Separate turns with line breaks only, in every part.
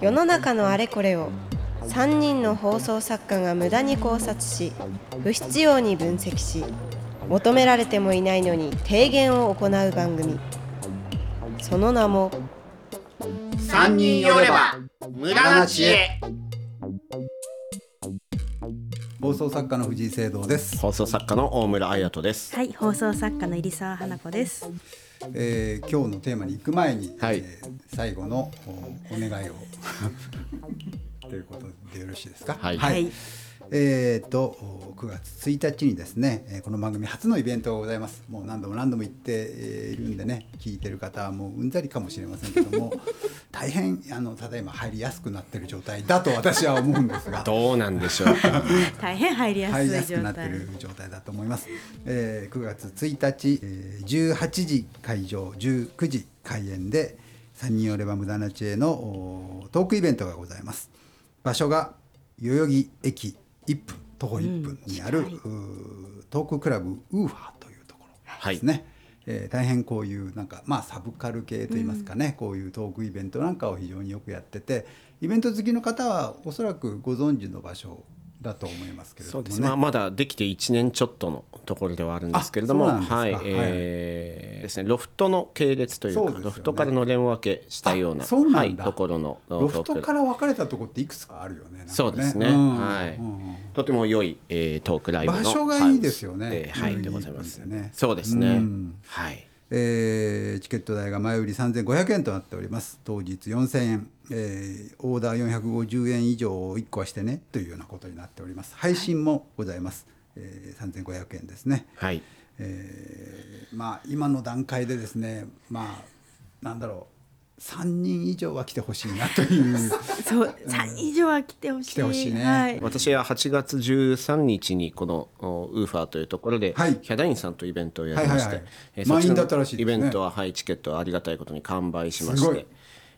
世の中のあれこれを3人の放送作家が無駄に考察し不必要に分析し求められてもいないのに提言を行う番組その名も
三人寄れば無駄な知恵
放送作家の藤井聖堂です、
放送作家の大村彩人です
はい、放送作家の入澤花子です。
えー、今日のテーマに行く前に、
はい
えー最後のおお願いを ということでよろしいですか
はい
はい
えー、とお9月1日にですねえーこの番組初のイベントがございますもう何度も何度も言ってえーいるんでね聞いてる方はもううんざりかもしれませんけども 大変あのただいま入りやすくなってる状態だと私は思うんですが
どうなんでしょうか
大変入りや
入りや
すい
すく
状
なって
態。
る状態だと思います。えー9月1日、えー18時会場、19時開演で三人よれば無駄な知恵のおートークイベントがございます。場所が代々木駅1分徒歩1分にある、
うん近いう
ートーククラブウーファーというところ
はい
ですね。えー大変こういうなんかまあサブカル系といいますかね、こういうトークイベントなんかを非常によくやっててイベント好きの方はおそらくご存知の場所だと思いますけれど
そ
も
う
ね。
ですねまあまだできて1年ちょっとのところではあるんですけれども
あそうなんですか
はい
はい
えーですねロフトの系列という
そう
か
ですよね
ロフトからのれん分けしたような
あそうな
は
ん
い
だ
ところの
ロフトからら分かれたとこっていくつかあるよねなんかね
そうですね
ん
はい
うん
とても良いえートークライブの
場所がいいですよね
ハウスではい
うん
でございます
いいですね
そうです
う
ね
ん
はい
えーチケット代が前売り3500円となっております当日4000円、えーオーダー450円以上を1個はしてねというようなことになっております配信もございます、えー3500円ですね
はい
えーまあ今の段階でですねまあなんだろう3人以上は来てほしいな という
そう、三人以上は来てほしい。
来てほしいね
はい。
私は8月13日にこのおウーファーというところで、
はい
ヒャダインさんというイベントをやりまし
は
て
いはいはい
えーそちらの
満員だったらしいですね
イベントは、はい、チケットはありがたいことに完売しますし
ごい
て、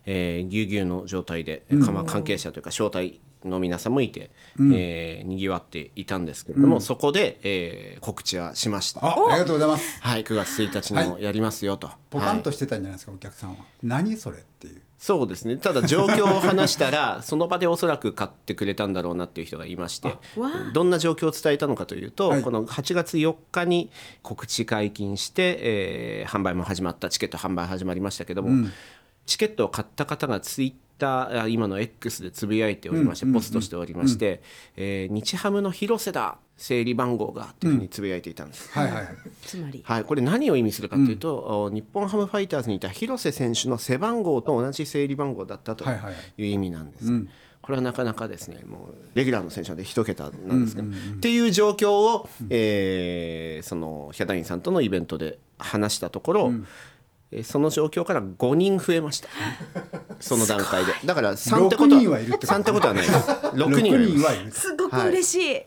えー、ぎゅうぎゅうの状態で、えーまあ関係者というか招待の皆さんもいて、えーにぎわっていたんですけれども、そこで、えー告知はしました。
あありがとうございます
はい、9月1日にもやりますよと。
ポカ
は
ン
い
としてたんじゃないですかお客さんは何それっていう
そうですねただ状況を話したら その場でおそらく買ってくれたんだろうなっていう人がいまして
わあ
どんな状況を伝えたのかというと、
はい
この8月4日に告知解禁して、えー販売も始まったチケット販売始まりましたけども、チケットを買った方がツイッターあ今の X でつぶやいておりまして、ポストしておりまして、えー日ハムの広瀬だ整理番号がっていうふうにつぶやいていたんです。
はいはいはい
つまり。
はい、これ何を意味するかというと、お日本ハムファイターズにいた広瀬選手の背番号と同じ整理番号だったと
はいはいは
い
い
う意味なんです、これはなかなかですねもうレギュラーの選手なんで一桁なんですけど、っていう状況を、えーそのヒャダインさんとのイベントで話したところ、えーその状況から5人増えま したその段階でだから3ってこと
六人はいるってこと
3ってことはないです6人はいま
六人
す
はいる
すごく嬉しい。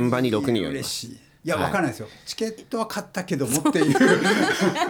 現場に6人はいま
嬉
す
しいいや、
はい
わかんないですよチケットは買ったけどもっていう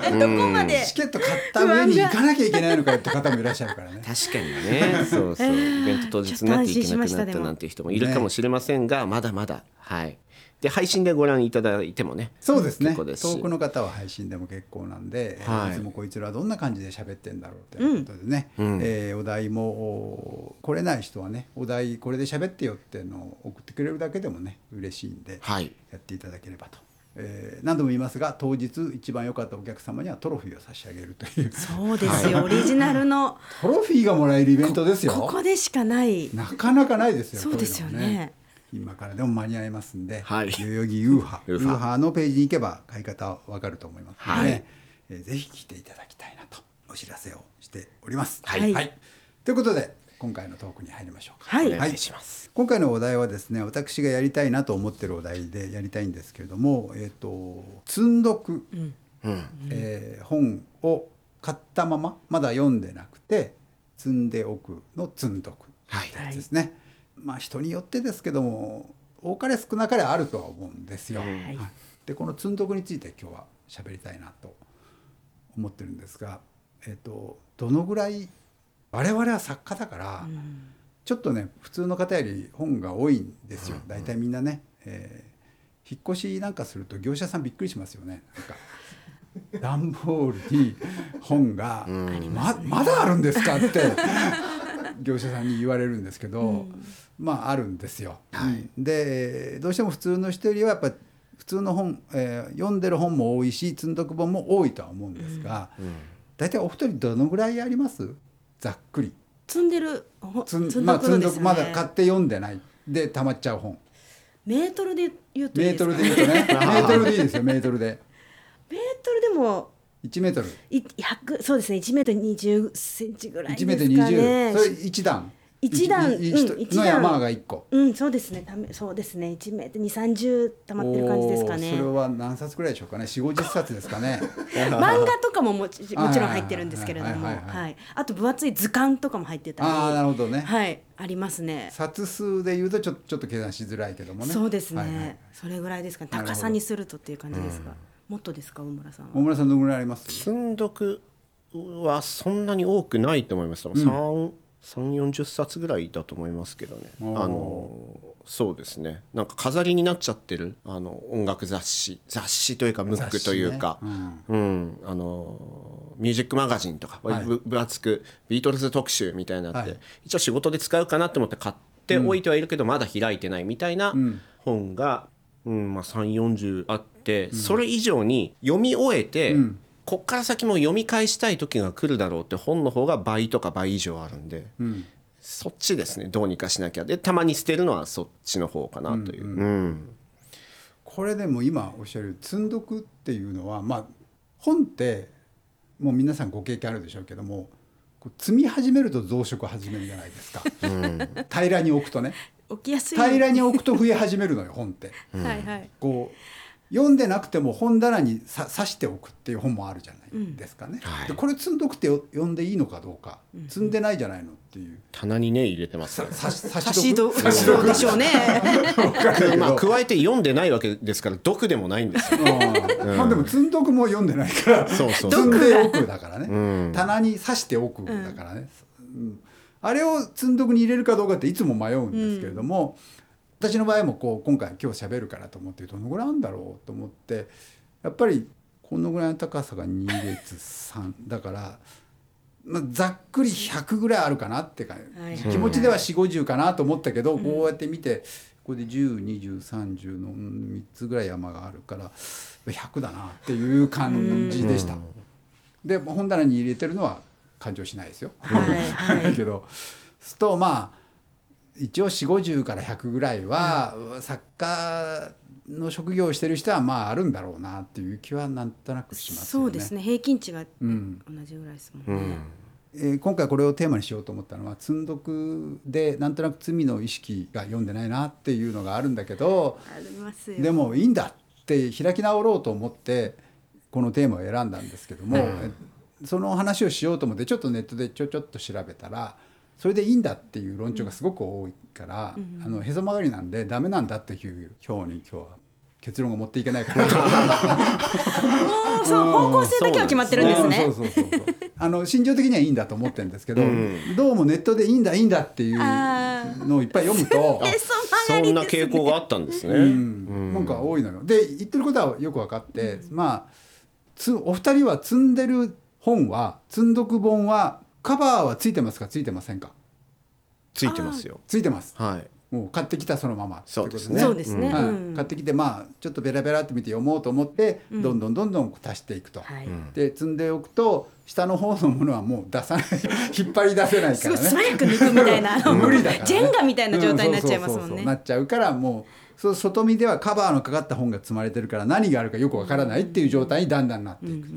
え、 どこまで。
チケット買った上に行かなきゃいけないのかよって方もいらっしゃるか らね
確かにね そうそうイベント当日になっていけ
ちょっと安心
なく
しまし
な
た
っ
で
た
も
なんていう人もいるかもしれませんがまだまだはいで配信でご覧いただいてもね
そうですね
結構ですし
遠くの方は配信でも結構なんで、
はい
い、つもこいつらはどんな感じで喋ってんだろうっていうことでね、えーお題もお来れない人はねお題これで喋ってよっていうのを送ってくれるだけでもね嬉しいんで、
はい
やっていただければと。えー何度も言いますが当日一番良かったお客様にはトロフィーを差し上げるという
そうですよ、オリジナルの。
トロフィーがもらえるイベントですよ
ここでしかない。
なかなかないですよ。
そうですよね
こういうのも今からでも間に合いますんで、
はい
代々木ウーハ、
ウ
ウ
ー
ー
ハ
ハのページに行けば買い方わかると思いますので、えーぜひ来ていただきたいなとお知らせをしております。
はい
ということで今回のトークに入りましょうか。
はい
お願いします、
今回のお題はですね私がやりたいなと思ってるお題でやりたいんですけれども「えー、と積んどく」えー本を買ったまままだ読んでなくて積んでおくの積んどく
はい
ってやつですね、まあ人によってですけども多かれ少なかれあるとは思うんですよ。
はい
はいでこの積んどくについて今日は喋りたいなと思ってるんですが、えー、とどのぐらい我々は作家だから、ちょっとね普通の方より本が多いんですよ大体みんなね、えー引っ越しなんかすると業者さんびっくりしますよねなんか段ボールに本がままだあるんですかって業者さんに言われるんですけど、まああるんですよ。うんでどうしても普通の人よりはやっぱ普通の本、えー読んでる本も多いし積んどく本も多いとは思うんですが、大体お二人どのぐらいありますざっくり。
積んでるほ
積ん
積ん
ま
だ
あ、
こと
積ん
で
ど
す
く
よ
まだ買っ
ね
て読んでないで溜まっちゃう本。
メートルで言うといい
メ
で
ー
すか
トルで
メ
言
ー
うとねメートルでいいですよメートルで
トルでも
1メートル
い100そうですね1メートル20センチぐらいで
1
す
メ
か
ートル20
ね
それ1段
一段
いい
うん
一
一段
の山が1個
うんそうですねためそうですね1メートル2 3 0溜まってる感じですか
おー
ね
それは何冊ぐらいでしょうかね4,50冊ですかね
漫画とかももちもちろん入ってるんですけれども
はいはいはいはい
はいあと分厚い図鑑とかも入ってたり
ああなるほどね、
はいありますね
冊数で言うとちょっとちょっと計算しづらいけどもね
そうですね、
はいはい
それぐらいですかね
なるほど
高さにするとっていう感じですが、もっとですか大村さん
大
は
村さんどのぐらいあります
積んどくはそんなに多くないと思います。三三四十冊ぐらいだと思いますけどね。あ
おー
のそうですね。なんか飾りになっちゃってるあの音楽雑誌雑誌というかムックというか、
雑誌ね
うん、あのミュージックマガジンとか、
はい
ぶ分厚くビートルズ特集みたいなのあって、
はい
一応仕事で使うかなと思って買っておいてはいるけど、まだ開いてないみたいな本が、うんまあ、3 4 0あって、それ以上に読み終えて、こっから先も読み返したい時が来るだろうって本の方が倍とか倍以上あるんで、そっちですねどうにかしなきゃでたまに捨てるのはそっちの方かなという。うん
これでも今おっしゃるように積んどくっていうのはまあ本ってもう皆さんご経験あるでしょうけどもこう積み始めると増殖始めるじゃないですか、平らに置くとね
起きやすい
平らに置くと増え始めるのよ本って
はいはい
こう読んでなくても本棚にさ刺しておくっていう本もあるじゃないですかね、
はい
でこれ積んどくってよ読んでいいのかどうか積んでないじゃないのっていう
棚にね入れてます、ね
刺、し
差
刺
し
し
ど
どく
うそうでしょうね
まあ加えて読んでないわけですから読でもないんですよ。
うんまあでも積んどくも読んでないから
そうそう
積
そ
ん
う。
でおくだからね、
うん
棚に刺しておくだからね、うんあれを積んどくに入れるかどうかっていつも迷うんですけれども、私の場合もこう今回今日喋るからと思ってどのぐらいあるんだろうと思ってやっぱりこのぐらいの高さが2列3だから、まあ、ざっくり100ぐらいあるかなってか、
はい
気持ちでは4 5 0かなと思ったけど、こうやって見てここで102030の3つぐらい山があるから100だなっていう感じでした。で本棚に入れてるのは感情しないですよ。
はい はい
けどすとまあ一応4 5 0から100ぐらいは、作家の職業をしてる人はまああるんだろうなっていう気はなんとなくしますよ
そ
ね。
うですね平均値が
う
同
ん
じぐらいですもんね、
えー今回これをテーマにしようと思ったのは積んどくでなんとなく罪の意識が読んでないなっていうのがあるんだけど
ありますよ
でもいいんだって開き直ろうと思ってこのテーマを選んだんですけども、えその話をしようと思ってちょっとネットでちょちょっと調べたらそれでいいんだっていう論調がすごく多いから、あのへそ曲がりなんでダメなんだっていう表に今日は結論を持っていけないかなと
もうそう方向性だけは決まってるんですね
うんそうそうそうそうあの心情的にはいいんだと思ってるんですけど、どうもネットでいいんだいいんだっていう
あ
のをいっぱい読むと、
へそ
そ
曲がり
んな
ですね
傾向があったんですね。
うんなんか多いのよ。で言ってることはよく分かって、まあつお二人は積んでる本は積んどく本はカバーはついてますかついてませんか
ついてますよ。
ついてます。
はい。
もう買ってきたそのままって
そう
こと
ですね
そうですね
はい
うん
買ってきてまあちょっとベラベラって見て読もうと思って、どんどんどんどん足していくと。
はい
で積んでおくと下の方のものはもう 出さない引っ張り出せない
す
か
ごい
ら
素
ね。
早く抜くみたいなあの
無理だからね
ジェンガみたいな状態になっちゃいますも
うんそうそ
ね
うそうそうなっちゃうからもうそう外見ではカバーのかかった本が積まれてるから何があるかよくわからないっていう状態にだんだんなっていく、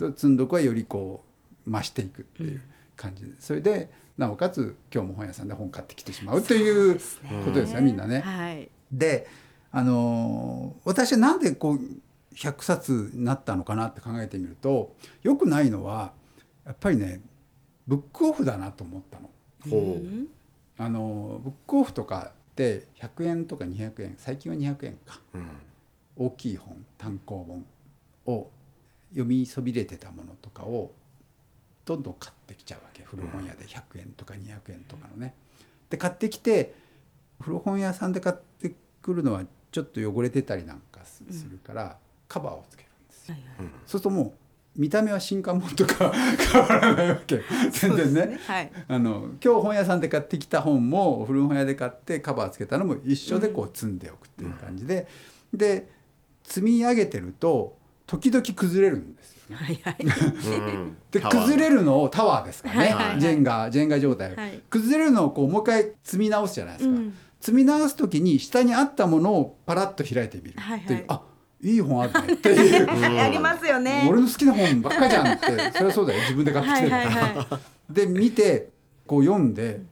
そう積んどくはよりこう増していくっていう感じでそれでなおかつ今日も本屋さんで本買ってきてしまうということですよみんなね。
はい
で、あのー私はなんでこう100冊になったのかなって考えてみるとよくないのはやっぱりねブックオフだなと思ったの。
ほう。
あのーブックオフとかって100円とか200円最近は200円か、大きい本単行本を読みそびれてたものとかをどんどん買ってきちゃうわけ古本屋で100円とか200円とかのね。で買ってきて古本屋さんで買ってくるのはちょっと汚れてたりなんかすするから、カバーをつけるんですよ。そうするともう見た目は新刊本とか 変わらないわけ全然ね
はい。
あの今日本屋さんで買ってきた本も古本屋で買ってカバーつけたのも一緒でこう積んでおくっていう感じで、で積み上げてると時々崩れるんですよね。
はいはい。
うん
で
タワー
崩れるのをタワーですからね、
はいはい
ジェンガジェンガ状態、
はい
崩れるのをこうもう一回積み直すじゃないですか、
うん
積み直す時に下にあったものをパラッと開いてみるっていう、
はいはい
あいい本あるねっ ていう
ありますよね。
俺の好きな本ばっかじゃんってそれはそうだよ自分で買ってき
は
て
い
るか
は
ら
いは
で見てこう読んで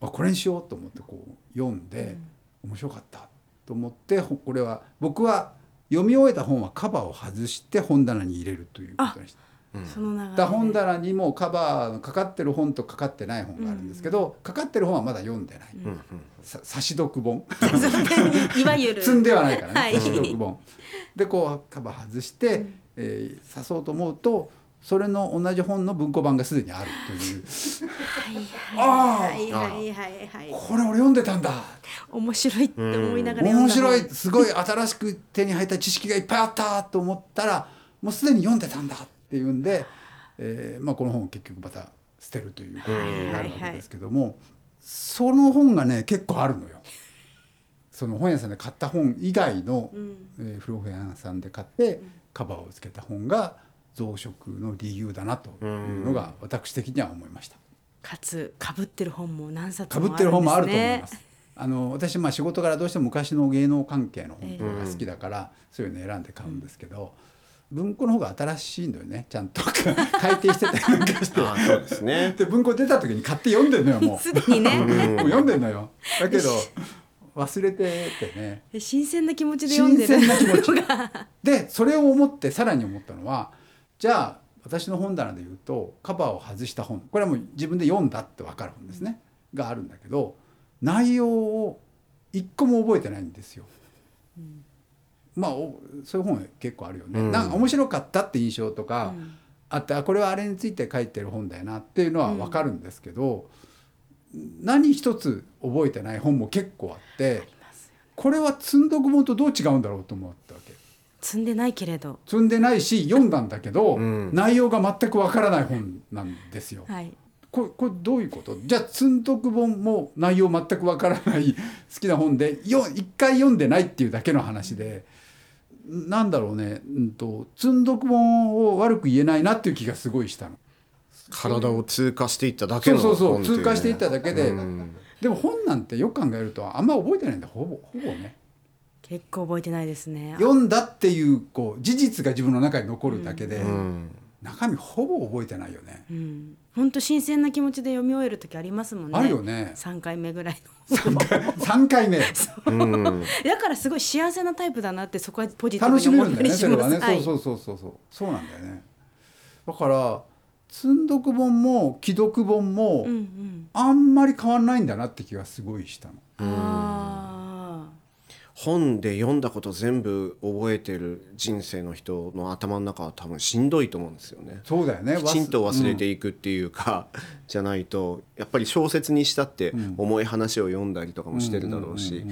あこれにしようと思ってこう読んで面白かったと思ってほこれは僕は読み終えた本はカバーを外して本棚に入れるということにして
い。その流れで。
だ本棚にもカバーのかかってる本とかかってない本があるんですけどかかってる本はまだ読んでないさ差し読本
いわゆる。
積んではないからね、
はい
差し読本でこうカバー外して、えー刺そうと思うとそれの同じ本の文庫版がすでにあるという
はいはいはいはい。
これ俺読んでたんだ
面白いって思いながら。
面白い。すごい新しく手に入った知識がいっぱいあったと思ったらもうすでに読んでたんだっていうん で、えーまあ、この本を結局また捨てるということになるわけですけども、その本がね結構あるのよ。その本屋さんで買った本以外の、えー古本屋さんで買ってカバーをつけた本が増殖の理由だなというのが私的には思いました。
かつ、かぶってる本も何冊
か
も
ぶ
あるんですね。
ってる本もあると思います。あの私まあ仕事からどうしても昔の芸能関係の本とかが好きだから、そういうの選んで買うんですけど、文庫の方が新しいんだよねちゃんと 改訂してたりなんかして
あそうですね
で文庫出た時に買って読んでんのよも
すでに
う
ね。
もう読んでんのよだけど忘れててね
新鮮な気持ちで読んで
新
る
鮮。な気持ちでそれを思ってさらに思ったのはじゃあ私の本棚で言うとカバーを外した本これはもう自分で読んだって分かる本ですね、があるんだけど内容を一個も覚えてないんですよ。まあおそういう本結構あるよね、
うん
なんか面白かったって印象と
う
か、
ん
あってあこれはあれについて書いてる本だよなっていうのは分かるんですけど、何一つ覚えてない本も結構あってこれは積んどく本とどう違うんだろうと思ったわけ。
積んでないけれど。
積んでないし読んだんだけど、
うん
内容が全くわからない本なんですよ。
はい。
これこれどういうことじゃあ積んどく本も内容全くわからない 好きな本でよ一回読んでないっていうだけの話で。なんだろうね、うんと、積んどく本を悪く言えないなっていう気がすごいしたの。
体を通過していっただけ
そ
の
うそうそ
本っ
う、
てい
通過していった
ね
だけで、
うん
でも本なんてよく考えると、あんま覚えてないんだ、ほぼ、ほぼね。
結構覚えてないですね。
読んだっていう、こう、事実が自分の中に残るだけで、
うん
中身ほぼ覚えてないよね。
うん。本当新鮮な気持ちで読み終える時ありますもんね。
あるよね
三回目ぐらいの。
三回目
うん
だからすごい幸せなタイプだなってそこはポジティブ
楽
に
しめ
思
る
っ
んだ
た
よ
り
ね
し
それ
ま
は
す。
ね、
はい
そうそうそうそうそうそうなんだよねだから積んどく本も既読本も、
うんうん。
あんまり変わんないんだなって気がすごいしたの
あ
本で読んだこと全部覚えてる人生の人の頭の中は多分しんどいと思うんですよね。
そうだよね
きちんと忘れ
い
ていくっていうか、じゃないとやっぱり小説にしたって重い話を読んだりとかもしてるだろうし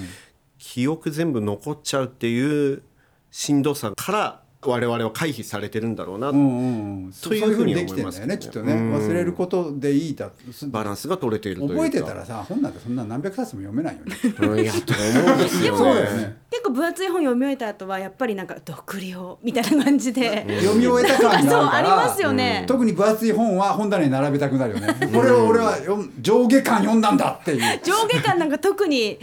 記憶全部残っちゃうっていうしんどさから我々は回避されてるんだろうな、
うんうんうん、
というふうに
そできてんだよね
思います
きっ
け
と
ど
ね
ねうん
忘れることでいいだす
バランスが取れているというか
覚えてたらさ本なんてそんな何百冊も読めない よね
うんいやと思うんですよね。
そうだよね
あ。結構分厚い本読み終えた後はやっぱりなんか読了みたいな感じで。
読み終えた 感
そう
があるから
ありますよね。
特に分厚い本は本棚に並べたくなるよねこれを俺は読ん上下巻読んだんだっていう
上下感なんか特に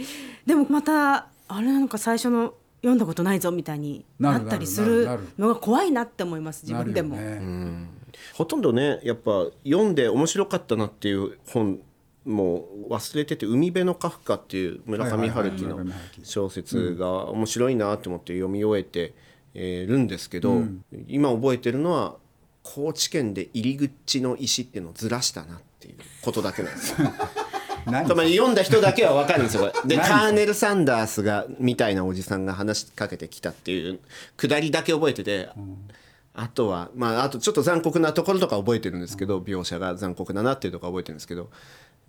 でもまたあれなんか最初の読んだことないぞみたいになったりする
なるなるなる
のが怖いなって思います自分でも。
なるよね
ほとんどねやっぱ読んで面白かったなっていう本も忘れてて「海辺のカフカ」っていう村上春樹の
はいはいはい村上春樹
小説が面白いなと思って読み終えてえーるんですけど、今覚えてるのは高知県で入り口の石っていうのをずらしたなっていうことだけなんですよ。
何
たまに読んだ人だけは分かるんですよ これで
何
カーネル・サンダースがみたいなおじさんが話しかけてきたっていうくだりだけ覚えてて、あとはまああとちょっと残酷なところとか覚えてるんですけど、描写が残酷だなっていうところ覚えてるんですけど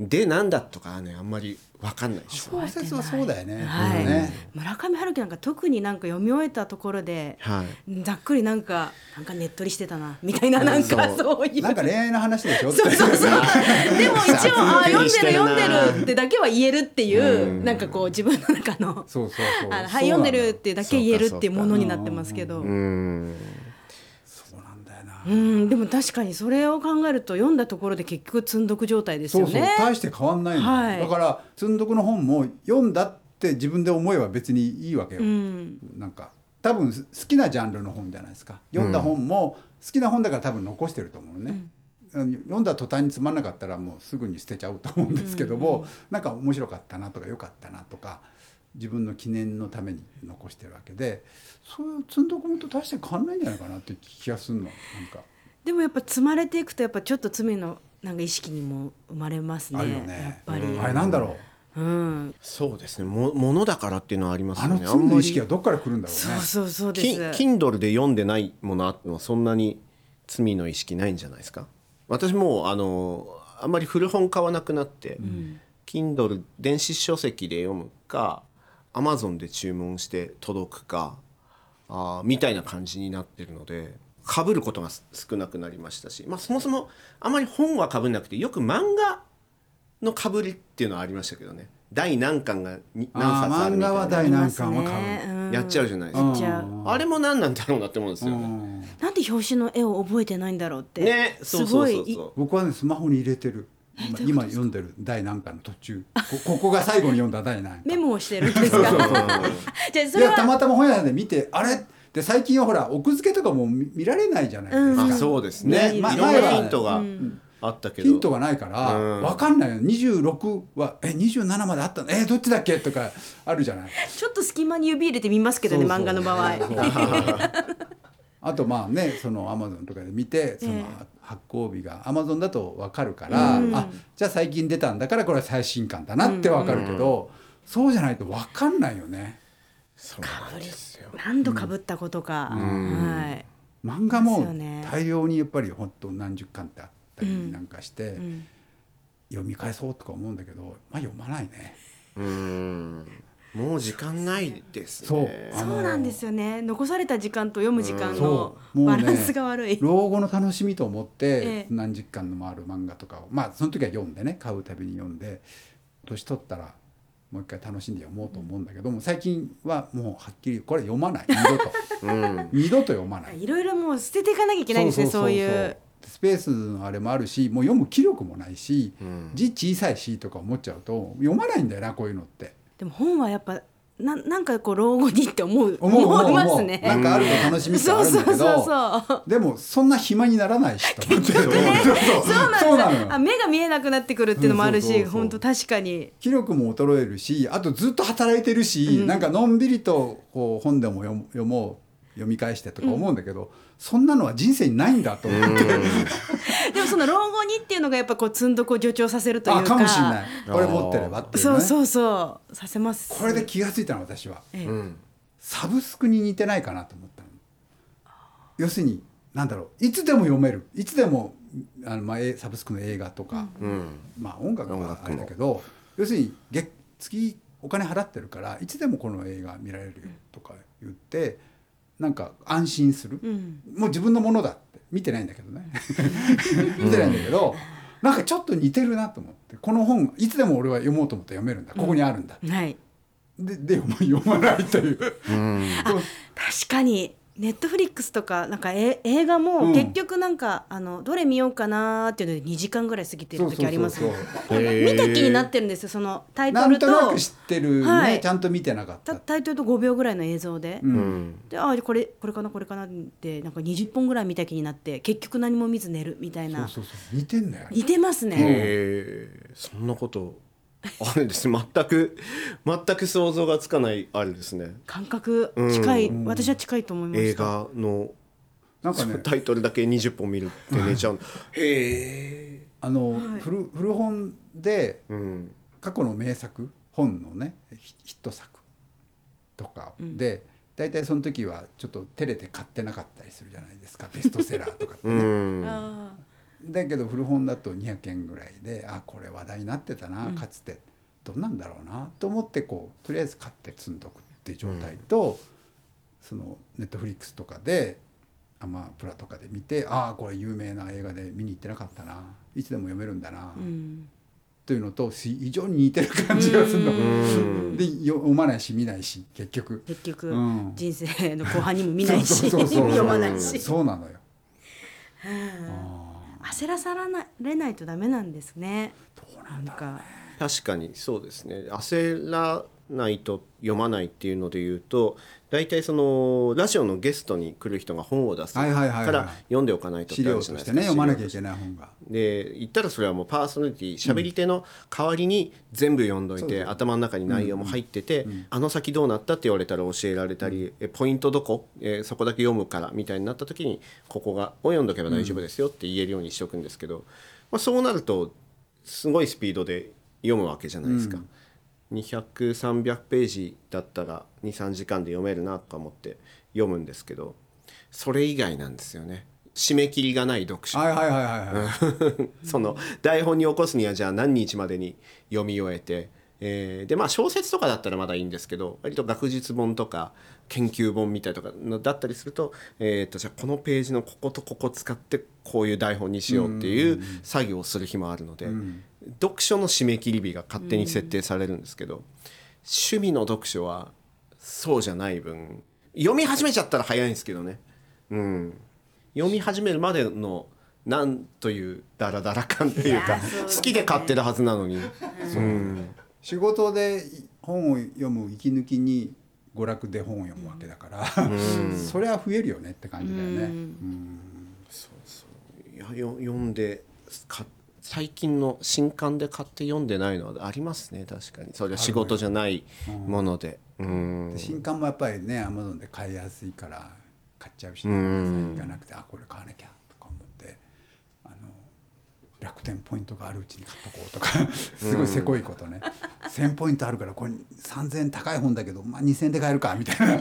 でなんだとかはねあんまり分かんないでしょ。
小説はそうだよね。
はい、
そうね
村上春樹なんか特になんか読み終えたところで、
はい
ざっくりなんかなんかねっとりしてたなみたいななんかそういう
なんか恋愛の話でしょ。
そうそうそう。でも一応あ読んでる読んで
な
るってだけは言えるっていうなんかこう自分の中の
そうそうそう
あのは
そ
いう読
な
ん
の
でるっていうだけ言えるっていうものになってますけど。
うん
そうなんだよな。
うんでも確かにそれを考えると読んだところで結局積んどく状態です
そ
よ
うそう
ね。
大して変わんないの、
はい
だから積んどくの本も読んだって自分で思えば別にいいわけよ、
うん
なんか多分す好きなジャンルの本じゃないですか読んだ本も好きな本だから多分残してると思うね、うん読んだ途端につまんなかったらもうすぐに捨てちゃうと思うんですけども、なんか面白かったなとか良かったなとか自分の記念のために残してるわけでそういう積んどくもと大して変わんないんじゃないかなって気がするのなんか。
でもやっぱ積まれていくとやっぱちょっと罪のなんか意識にも生まれますね。
あるよ
やっ
ね。
ぱり。
あれなんだろう。
うん。
そうですねもものだからっていうのはあります
あ
よ
の
ね
罪の意識はどっから来るんだろうね。
そうそうそうで
き
す。
Kindle で読んでないものあってもそんなに罪の意識ないんじゃないですか私もうあのあんまり古本買わなくなって、Kindle 電子書籍で読むか Amazon で注文して届くかあーみたいな感じになってるので被ることがす少なくなりましたし、まあ、そもそもあまり本は被んなくてよく漫画の被りっていうのはありましたけどね第何巻がに何
あ
冊
あ
ある
漫
みたい
画
な
は第何巻は買う、
ねうん
やっちゃうじゃないですか
やっちゃう。
あれも何なんだろうなって思うんですよ
う
ね。
ん
なんで表紙の絵を覚えてないんだろうって。
ね、そうそうそう
す
そ
ご
う。
僕はねスマホに入れてる今今読んでる第何巻の途中こここが最後に読んだ第何
メ
巻
モをしてるん ですか。じゃあそ
い
れ
やた
は
またま本屋で見てあれで最近はほら奥付けとかも見見られないじゃないですか、
あ、そうですね。
ね
いろ
ま
んな
前
ヒ
は
ントがあったけど。
ヒントがないから
うん
分かんないよ26はえ27まであったのえどっちだっけとかあるじゃない
ちょっと隙間に指入れてみますけどね
そうそう
漫画の場合。
あとまあねそのアマゾンとかで見てその発行日がアマゾンだと分かるから、あじゃあ最近出たんだからこれは最新刊だなって分かるけど、そうじゃないと分かんないよね
そうなんですよ。
何度かぶったことか。はい。
漫画も
ですよね
大量にやっぱり本当何十巻ってあったりなんかして、読み返そうとか思うんだけど、まあ、読まないね。
うーん。もう時間ないですね。
そうあの
そうなんですよね残された時間と読む時間の
う
バランスが悪い、
老後の楽しみと思って
え
何十巻のもある漫画とかをまあその時は読んでね買うたびに読んで年取ったらもう一回楽しんで読もうと思うんだけども最近はもうはっきりこれ読まない二度と
うん。
二度と読まない。
いろいろもう捨てていかなきゃいけないんですねそういう
スペースのあれもあるしもう読む気力もないし
うん
字小さいしとか思っちゃうと読まないんだよなこういうのって。
でも本はやっぱななんかこう老後にって 思う
思う思う
いま
思
す
う
ね
なんかあると楽しみって
そ
あ
う
るんだ
そうそ
け
うそう
ど
そ
でもそんな暇にならないしと思って そう
う
そ
な
うなんの
ですよ
よ
あ目が見えなくなってくるっていうのもある
うんそう
し
そうそう
本当確かに
気力も衰えるしあとずっと働いてるし、なんかのんびりとこう本でも読む読もう読み返してとか思うんだけど、そんなのは人生にないんだと思って、
でもその老後にっていうのがやっぱこう積んどくを助長させるというか
あかもしれないこれ持ってればっていう
そ
ね
うそうそうさせます
これで気が付いたの私は
ええ
うん。
サブスクに似てないかなと思ったの要するになんだろういつでも読めるいつでもあの、まあ、えサブスクの映画とか、
うん。
まあ音楽はあれだけど要するに月月お金払ってるからいつでもこの映画見られるよとか言ってなんか安心する、
ん
もう自分のものだって見てないんだけ どね見てないんだけど、なんかちょっと似てるなと思ってこの本いつでも俺は読もうと思って読めるんだここにあるんだ、
はい
でで読ま読まないと いう
確かにネットフリックスとかなんかえ映画
うん
も結局なんか、あのどれ見ようかなーっていうので2時間ぐらい過ぎてる時ありますね
そうそうそう
あの見た気になってるんですよそのタイ
な
トル
ん
と
となく知ってるね、
はい
ちゃんと見てなかった
たタイトルと5秒ぐらいの映像で、
う
うんん。
であこれこれかなこれかなってなんか20本ぐらい見た気になって結局何も見ず寝るみたい
そう
な
そうそう似てんだよ
似てますね、
へえ。そんなこと。あれですね。全く。全く想像がつかない。あれですね。
感覚近い、
うん
私は近いと思いま
映
した
画の。
なんかね
タイトルだけ20本見るって寝ちゃうの。へえ。
あの、古古本で
うん。
過去の名作本のねヒヒット作とかで、大体そ の時はちょっと照れて買ってなかったりするじゃないですかベストセラーとかって
うん。
あ
だけど古本だと200円ぐらいであこれ話題になってたなかつて、どんなんだろうなと思ってこうとりあえず買って積んどくっていう状態と、そのネットフリックスとかでアマプラとかで見てああこれ有名な映画で見に行ってなかったないつでも読めるんだな、
うん
というのとし非常に似てる感じがするの。
うん
でよ読まないし見ないし結局
結局、
うん
人生の後半にも見ない
そ
し
うそうそうそう
読まないし
そうなのよ。
焦らされないとダメなんですねどうなんだか
確かにそうですね焦らないと読まないっていうので言うと大体そのラジオのゲストに来る人が本を出すか
はいはいはいはい
ら読んでおかないとって
資
ある
料と
じゃない
し
で
て
すか
ね読まなきゃいけない本が。
で言ったらそれはもうパーソナリティ喋り手の代わりに全部読んどい
そうそ
て
う
頭の中に内容も入っててあの先どうなったって言われたら教えられたりえポイントどこえーそこだけ読むからみたいになった時にここがを読んどけば大丈夫ですよって言えるようにしておくんですけどまあそうなるとすごいスピードで読むわけじゃないですか。200300ページだったら23時間で読めるなとか思って読むんですけどそれ以外なんですよね締め切りがない読書
はいはいはいはいはい。
その台本に起こすにはじゃあ何日までに読み終えて、えーでまあ小説とかだったらまだいいんですけど割と学術本とか研究本みたいとかのだったりすると,、えー、とじゃあこのページのこことここ使ってこういう台本にしようっていう作業をする日もあるので、読書の締め切り日が勝手に設定されるんですけど、趣味の読書はそうじゃない分読み始めちゃったら早いんですけどね。うん読み始めるまでのなんというダラダラ感っていうか
いやそう
好きで買ってるはずなのに、うん
仕事で本を読む息抜きに娯楽で本を読むわけだから、 それは増えるよねって感じだよね。
いやよ読んでか最近の新刊で買って読んでないのはありますね確かにそれは仕事じゃないもので、うん
で新刊もやっぱりねアマゾンで買いやすいから買っちゃうし、
ん
行かなくてあこれ買わなきゃとか思ってあの楽天ポイントがあるうちに買っとこうとかすごいせこいことね、1,000ポイントあるからこれ3,000円高い本だけど、まあ、2,000円で買えるかみたいな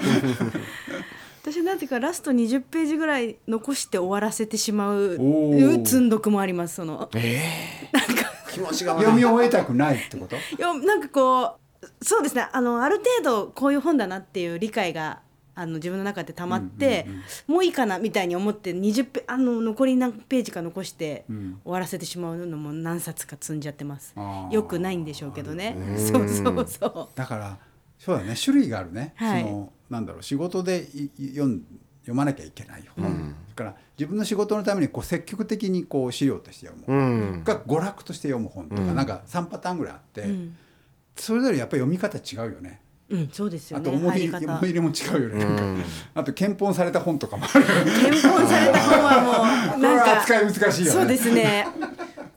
私なぜかラスト20ページぐらい残して終わらせてしまう
おー
積んどくもありますその
気持ちが悪い
読み終えたくないってこと
いやなんかこうそうですねあのある程度こういう本だなっていう理解があの自分の中で溜まって、もういいかなみたいに思って20ペあの残り何ページか残して
ん
終わらせてしまうのも何冊か積んじゃってます、
あー
よくないんでしょうけどねそうそうそ
だからそうだね種類があるね、
はい
そのなんだろう仕事でいい読ん読まなきゃいけない本、だから自分の仕事のためにこう積極的にこう資料として読む
う
本、
ん、
が娯楽として読む本とか、なんか3パターンぐらいあって、
う、うん
それぞれやっぱり読み方違うよね
うん、そうですよ
あ
ね
と思い
入り
入れ
方
思い入
検
れも違うよね、なんかあと検本された本とかもあ る
討された本はもう
これ
なん
は
か
扱い難しいよね
そうです ね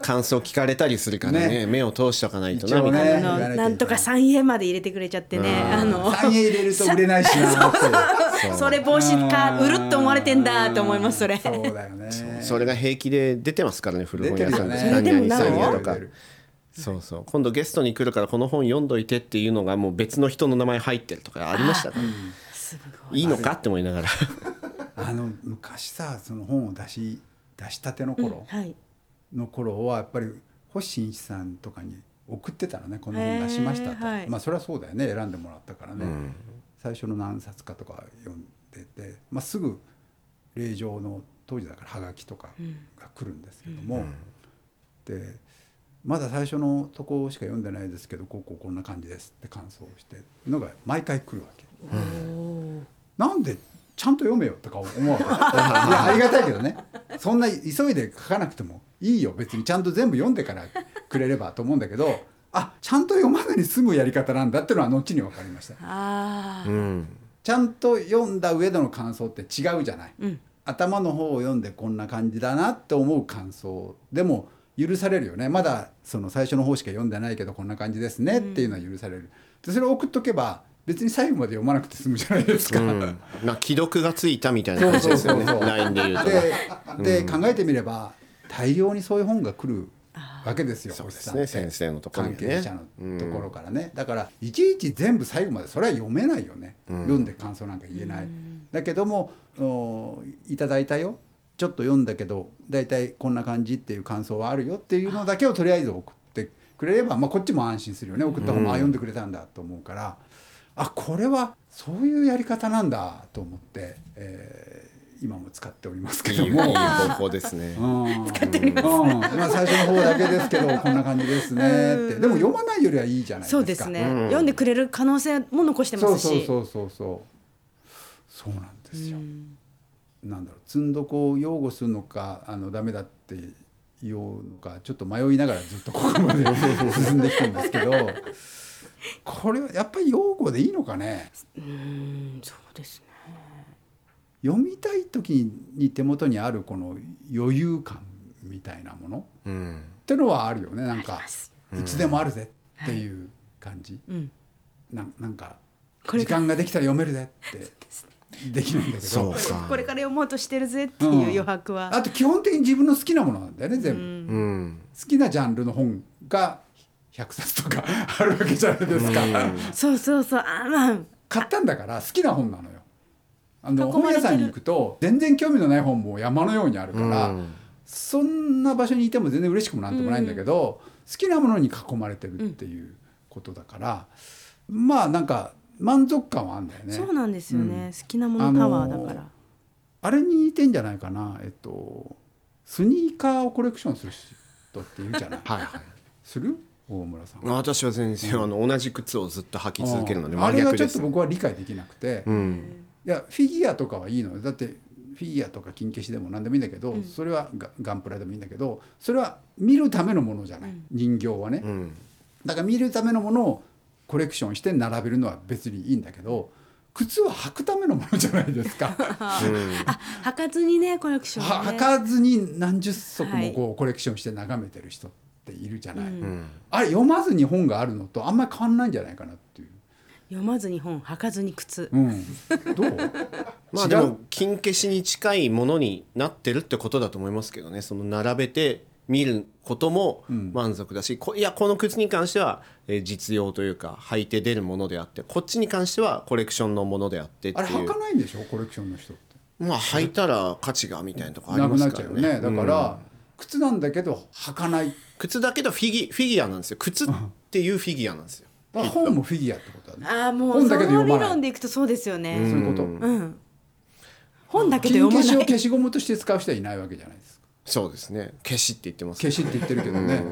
感想聞かれたりするからね
ね
目を通しておかないと
一
な
応
み
ね
たいな、
あの
言わなきゃいけない
なんとか3円まで入れてくれちゃってねあの
3円入れると売れないしなって
それ防止か売るって思われてんだと思いますそれ
そうだよね
それが平気で出てますからね古
出
本
て
屋
る
さ
よ
んで何
ね
々さん
出
や
て
と
る
か。そうそう今度ゲストに来るからこの本読んどいてっていうのがもう別の人の名前入ってるとかありましたからいいのかって思いながら
あの昔さその本を出し出したての頃、
はい
の頃はやっぱり星新一さんとかに送ってたのねこの本出しました
へ
と、
ーはい
まあそれはそうだよね選んでもらったからね、最初の何冊かとか読んでて、まあ、すぐ令状の当時だからはがきとかが来るんですけども、でまだ最初のとこしか読んでないですけどこうこうこんな感じですって感想をしてのが毎回来るわけ。なんでちゃんと読めよとか思うわけ いやありがたいけどねそんな急いで書かなくてもいいよ別にちゃんと全部読んでからくれればと思うんだけどあちゃんと読まずに済むやり方なんだっていうのは後に分かりました
あ
う
あ
ん
ちゃんと読んだ上での感想って違うじゃない、
うん
頭の方を読んでこんな感じだなって思う感想でも許されるよねまだその最初の方しか読んでないけどこんな感じですねっていうのは許される、でそれを送っとけば別に最後まで読まなくて済むじゃないですか、
うんまあ既読がついたみたいな感じですよね
そうそうそう
LINE で言うとね
でで考えてみれば大量にそういう本が来るわけですよ
そうです
お
ね
じさんっ
先
て
生のところ
関
に
係
ね
者のところからね、だからいちいち全部最後までそれは読めないよね、読んで感想なんか言えない、だけどもおいただいたよちょっと読んだけど大体こんな感じっていう感想はあるよっていうのだけをとりあえず送ってくれれば、まあ、こっちも安心するよね送った方も、あ読んでくれたんだと思うからあこれはそういうやり方なんだと思って、えー今も使っておりますけ
い
ど
いいい
も。
方法ですね。
うんうんまあ最初の方だけで すけどこんな感じですねってでも読まないよりはいいじゃないですか
そうですね、読んでくれる可能性も残してま
そう
すし
そうそうそうそうそうなんですよ、なんだろう積んどこを擁護するのかあのダメだって言おうのかちょっと迷いながらずっとここまで進んできたんですけどこれはやっぱり擁護でいいのかね
うんそうですね
読みたい時に手元にあるこの余裕感みたいなもの
うん
ってのはあるよねなんかいつでもあるぜっていう感じ、
ん
ななんか
これ
時
が
間ができたら読めるぜってできないんだけど
そうか
これから読もうとしてるぜっていう余白は、
あと基本的に自分の好きなものなんだよね全部、
うん
好きなジャンルの本が100冊とか あるわけじゃないですか、
そうそうそうあまあ
買ったんだから好きな本なのよあの
囲まれてる
本屋さんに行くと全然興味のない本も山のようにあるから、
うん
そんな場所にいても全然嬉しくもなんともないんだけど、好きなものに囲まれてるっていうことだから、まあなんか満足感はあるんだよね
そうなんですよね、好きなものパワーだから、
あのあれに似てんじゃないかなえっとスニーカーをコレクションする人っているじゃない
はいはい。
する大村さん
私は全然あの同じ靴をずっと履き続けるので
あ
真
れが
逆
ち
で
ょっと
す、ね。
僕は理解できなくて、
う
い
ん
やフィギュアとかはいいのよだってフィギュアとか金消しでも何でもいいんだけど、それはガガンプラでもいいんだけどそれは見るためのものじゃない、人形はね、
うん
だから見るためのものをコレクションして並べるのは別にいいんだけど靴は履くためのものじゃないです かは
履かずにねコレクションをね
履かずに何十足もこうコレクションして眺めてる人っているじゃない、あれ読まずに本があるのとあんまり変わんないんじゃないかなっていう、
読まずに本履かずに靴、
うん、どう
まあでも金消しに近いものになってるってことだと思いますけどね。その並べて見ることも満足だし、こいやこの靴に関しては、えー実用というか履いて出るものであって、こっちに関してはコレクションのものであってって
あれ
い
履
う
か。ないんでしょコレクションの人って
まあ履いたら価値がみたいなとこあり
な
ま
くな
す
っ
か
ちゃ
ら
うよ
ね。
ねだか
うん
ら、靴なんだけど履かない
靴だけどフィギフィギュアなんですよ。靴っていうフィギュアなんですよ。
だから本もフィギュアってこと だね
ああもう
本
そ
だけで
の
読ま
理
ない
論でいくとそうですよね、
そういうこと、
うん本だけで
金
読ま
消しを
ない
消しゴムとして使う人はいないわけじゃないですか
そうですね。消しって言ってます、
消しって言ってるけどね、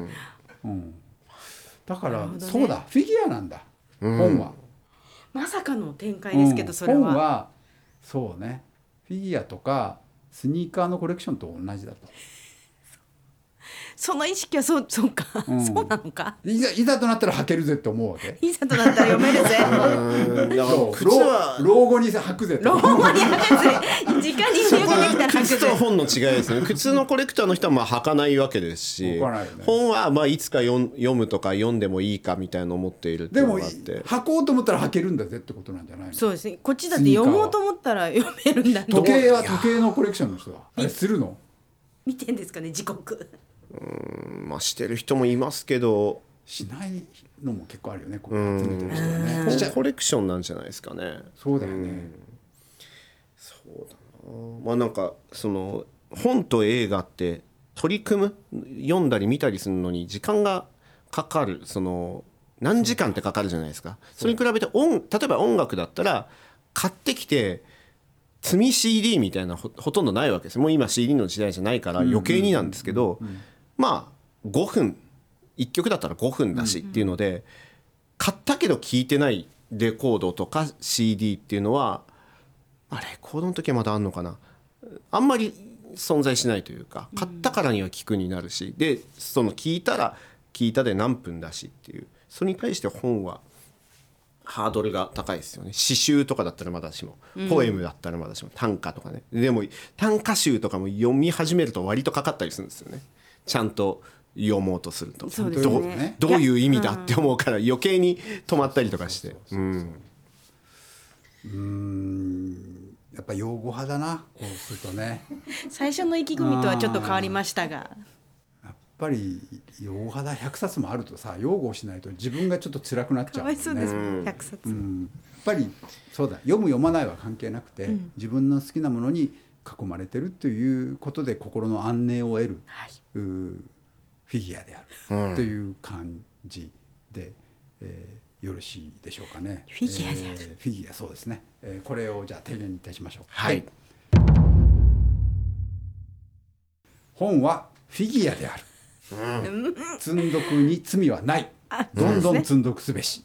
うん、だから、そうだフィギュアなんだ、本は
まさかの展開ですけ
う
ど
ん
それは,、
本はそうねフィギュアとかスニーカーのコレクションと同じだと
その意識はそうそうか、
ん
そうなのか
いざいざとなったら履けるぜって思うわけ
いいさとなったら読める ぜ
うんだから
そう
靴は
老老後に履くぜと
ローマに履かず時間に余裕ができたら履く
靴 と
ぜ
本の違いですね靴のコレクターの人はまあ履かないわけですし、
履かないよね
本はまあいつか読ん読むとか読んでもいいかみたいなのを持っているってい
で
うの
も
があって
履こうと思ったら履けるんだぜってことなんじゃないの
そうですねこっちだって読もうと思ったら読めるんだ
時計は時計のコレクションの人だあれするの
見てんですかね時刻
まあしてる人もいますけど
しないのも結構あるよねこう集めてる人はね
本コレクションなんじゃないですかね
そうだよね
まあなんかその本と映画って取り組む読んだり見たりするのに時間がかかるその何時間ってかかるじゃないですかそれに比べて音例えば音楽だったら買ってきて積み CD みたいなほほとんどないわけですもう今 CD の時代じゃないから余計になんですけどまあ5分1曲だったら5分だしっていうので買ったけど聴いてないレコードとか CD っていうのはあれコードの時はまだあんのかなあんまり存在しないというか買ったからには聞くになるし、でその聞いたら聞いたで何分だしっていうそれに対して本はハードルが高いですよね詩集とかだったらまだしもポエムだったらまだしも、短歌とかねでも短歌集とかも読み始めると割とかかったりするんですよねちゃんと読もうとすると
そう
ですね
どうどういう意味だって思うから余計に止まったりとかしてうん
やっぱ用語派だなこうするとね
最初の意気込みとはちょっと変わりましたが
やっぱり用語派だ100冊もあるとさ擁護をしないと自分がちょっと辛くなっち
か
ゃ
わ
うもん
い
ね
そうです
やっ
100冊、
ぱりそうだ読む読まないは関係なくて、自分の好きなものに囲まれてるということで心の安寧を得る、うーフィギュアである、という感じで、えーよろしいでしょうかね。フィギュアである、フィギュアそうですね、えーこれをじゃあ提言いたしましょう。
はい
本はフィギュアである、積んどくに罪はないどんどん積んどくすべし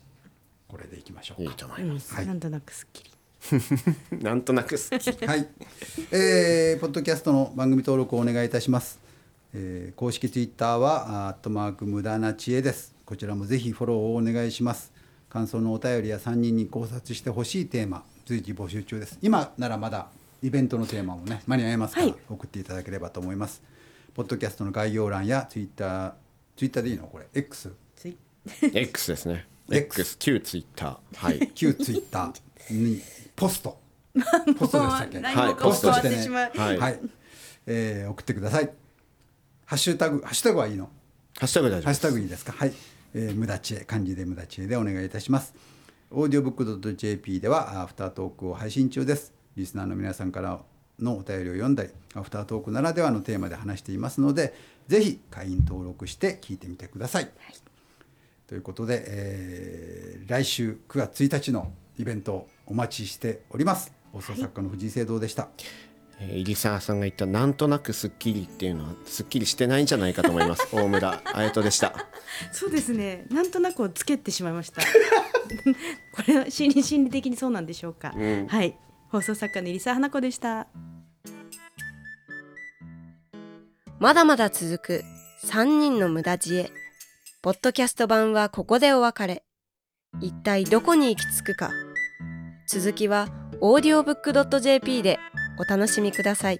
これでいきましょう
いい
か
と思います。
はい
なんとなくすっきり
なんとなく好き。
はい、えーポッドキャストの番組登録をお願いいたします、えー公式ツイッターは「アットマーク無駄な知恵」ですこちらもぜひフォローをお願いします感想のお便りや3人に考察してほしいテーマ随時募集中です今ならまだイベントのテーマもね間に合いますから、
はい
送っていただければと思いますポッドキャストの概要欄やツイッターツイッターでいいのこれ X
つい
X ですね。
X
X 旧ツイッター。はい。
旧ツイッターにポ ストポストでしたっけ
もう
何もかも
ポストして
変わ
ね
って
しまう
はい、えー送ってくださいハッシュタグハッシュタグはいいの
ハッシュタグ大丈夫
ハッ
で
シュタ
す。
グいいですかはい、えー無駄知恵漢字で無駄知恵でお願いいたしますオーディオブックドット JP ではアフタートークを配信中ですリスナーの皆さんからのお便りを読んだりアフタートークならではのテーマで話していますのでぜひ会員登録して聞いてみてください、ということで、えー来週9月1日のイベントをお待ちしております放送作家の藤井聖堂でした、
えー入澤さんが言ったなんとなくすっきりっていうのはすっきりしてないんじゃないかと思います。大村彩人でした。
そうですねなんとなくをつけてしまいましたこれは心理心理的にそうなんでしょうか、はい放送作家の入澤花子でした
まだまだ続く3人の無駄知恵。ポッドキャスト版はここでお別れ。一体どこに行き着くか。続きは audiobook.jp でお楽しみください。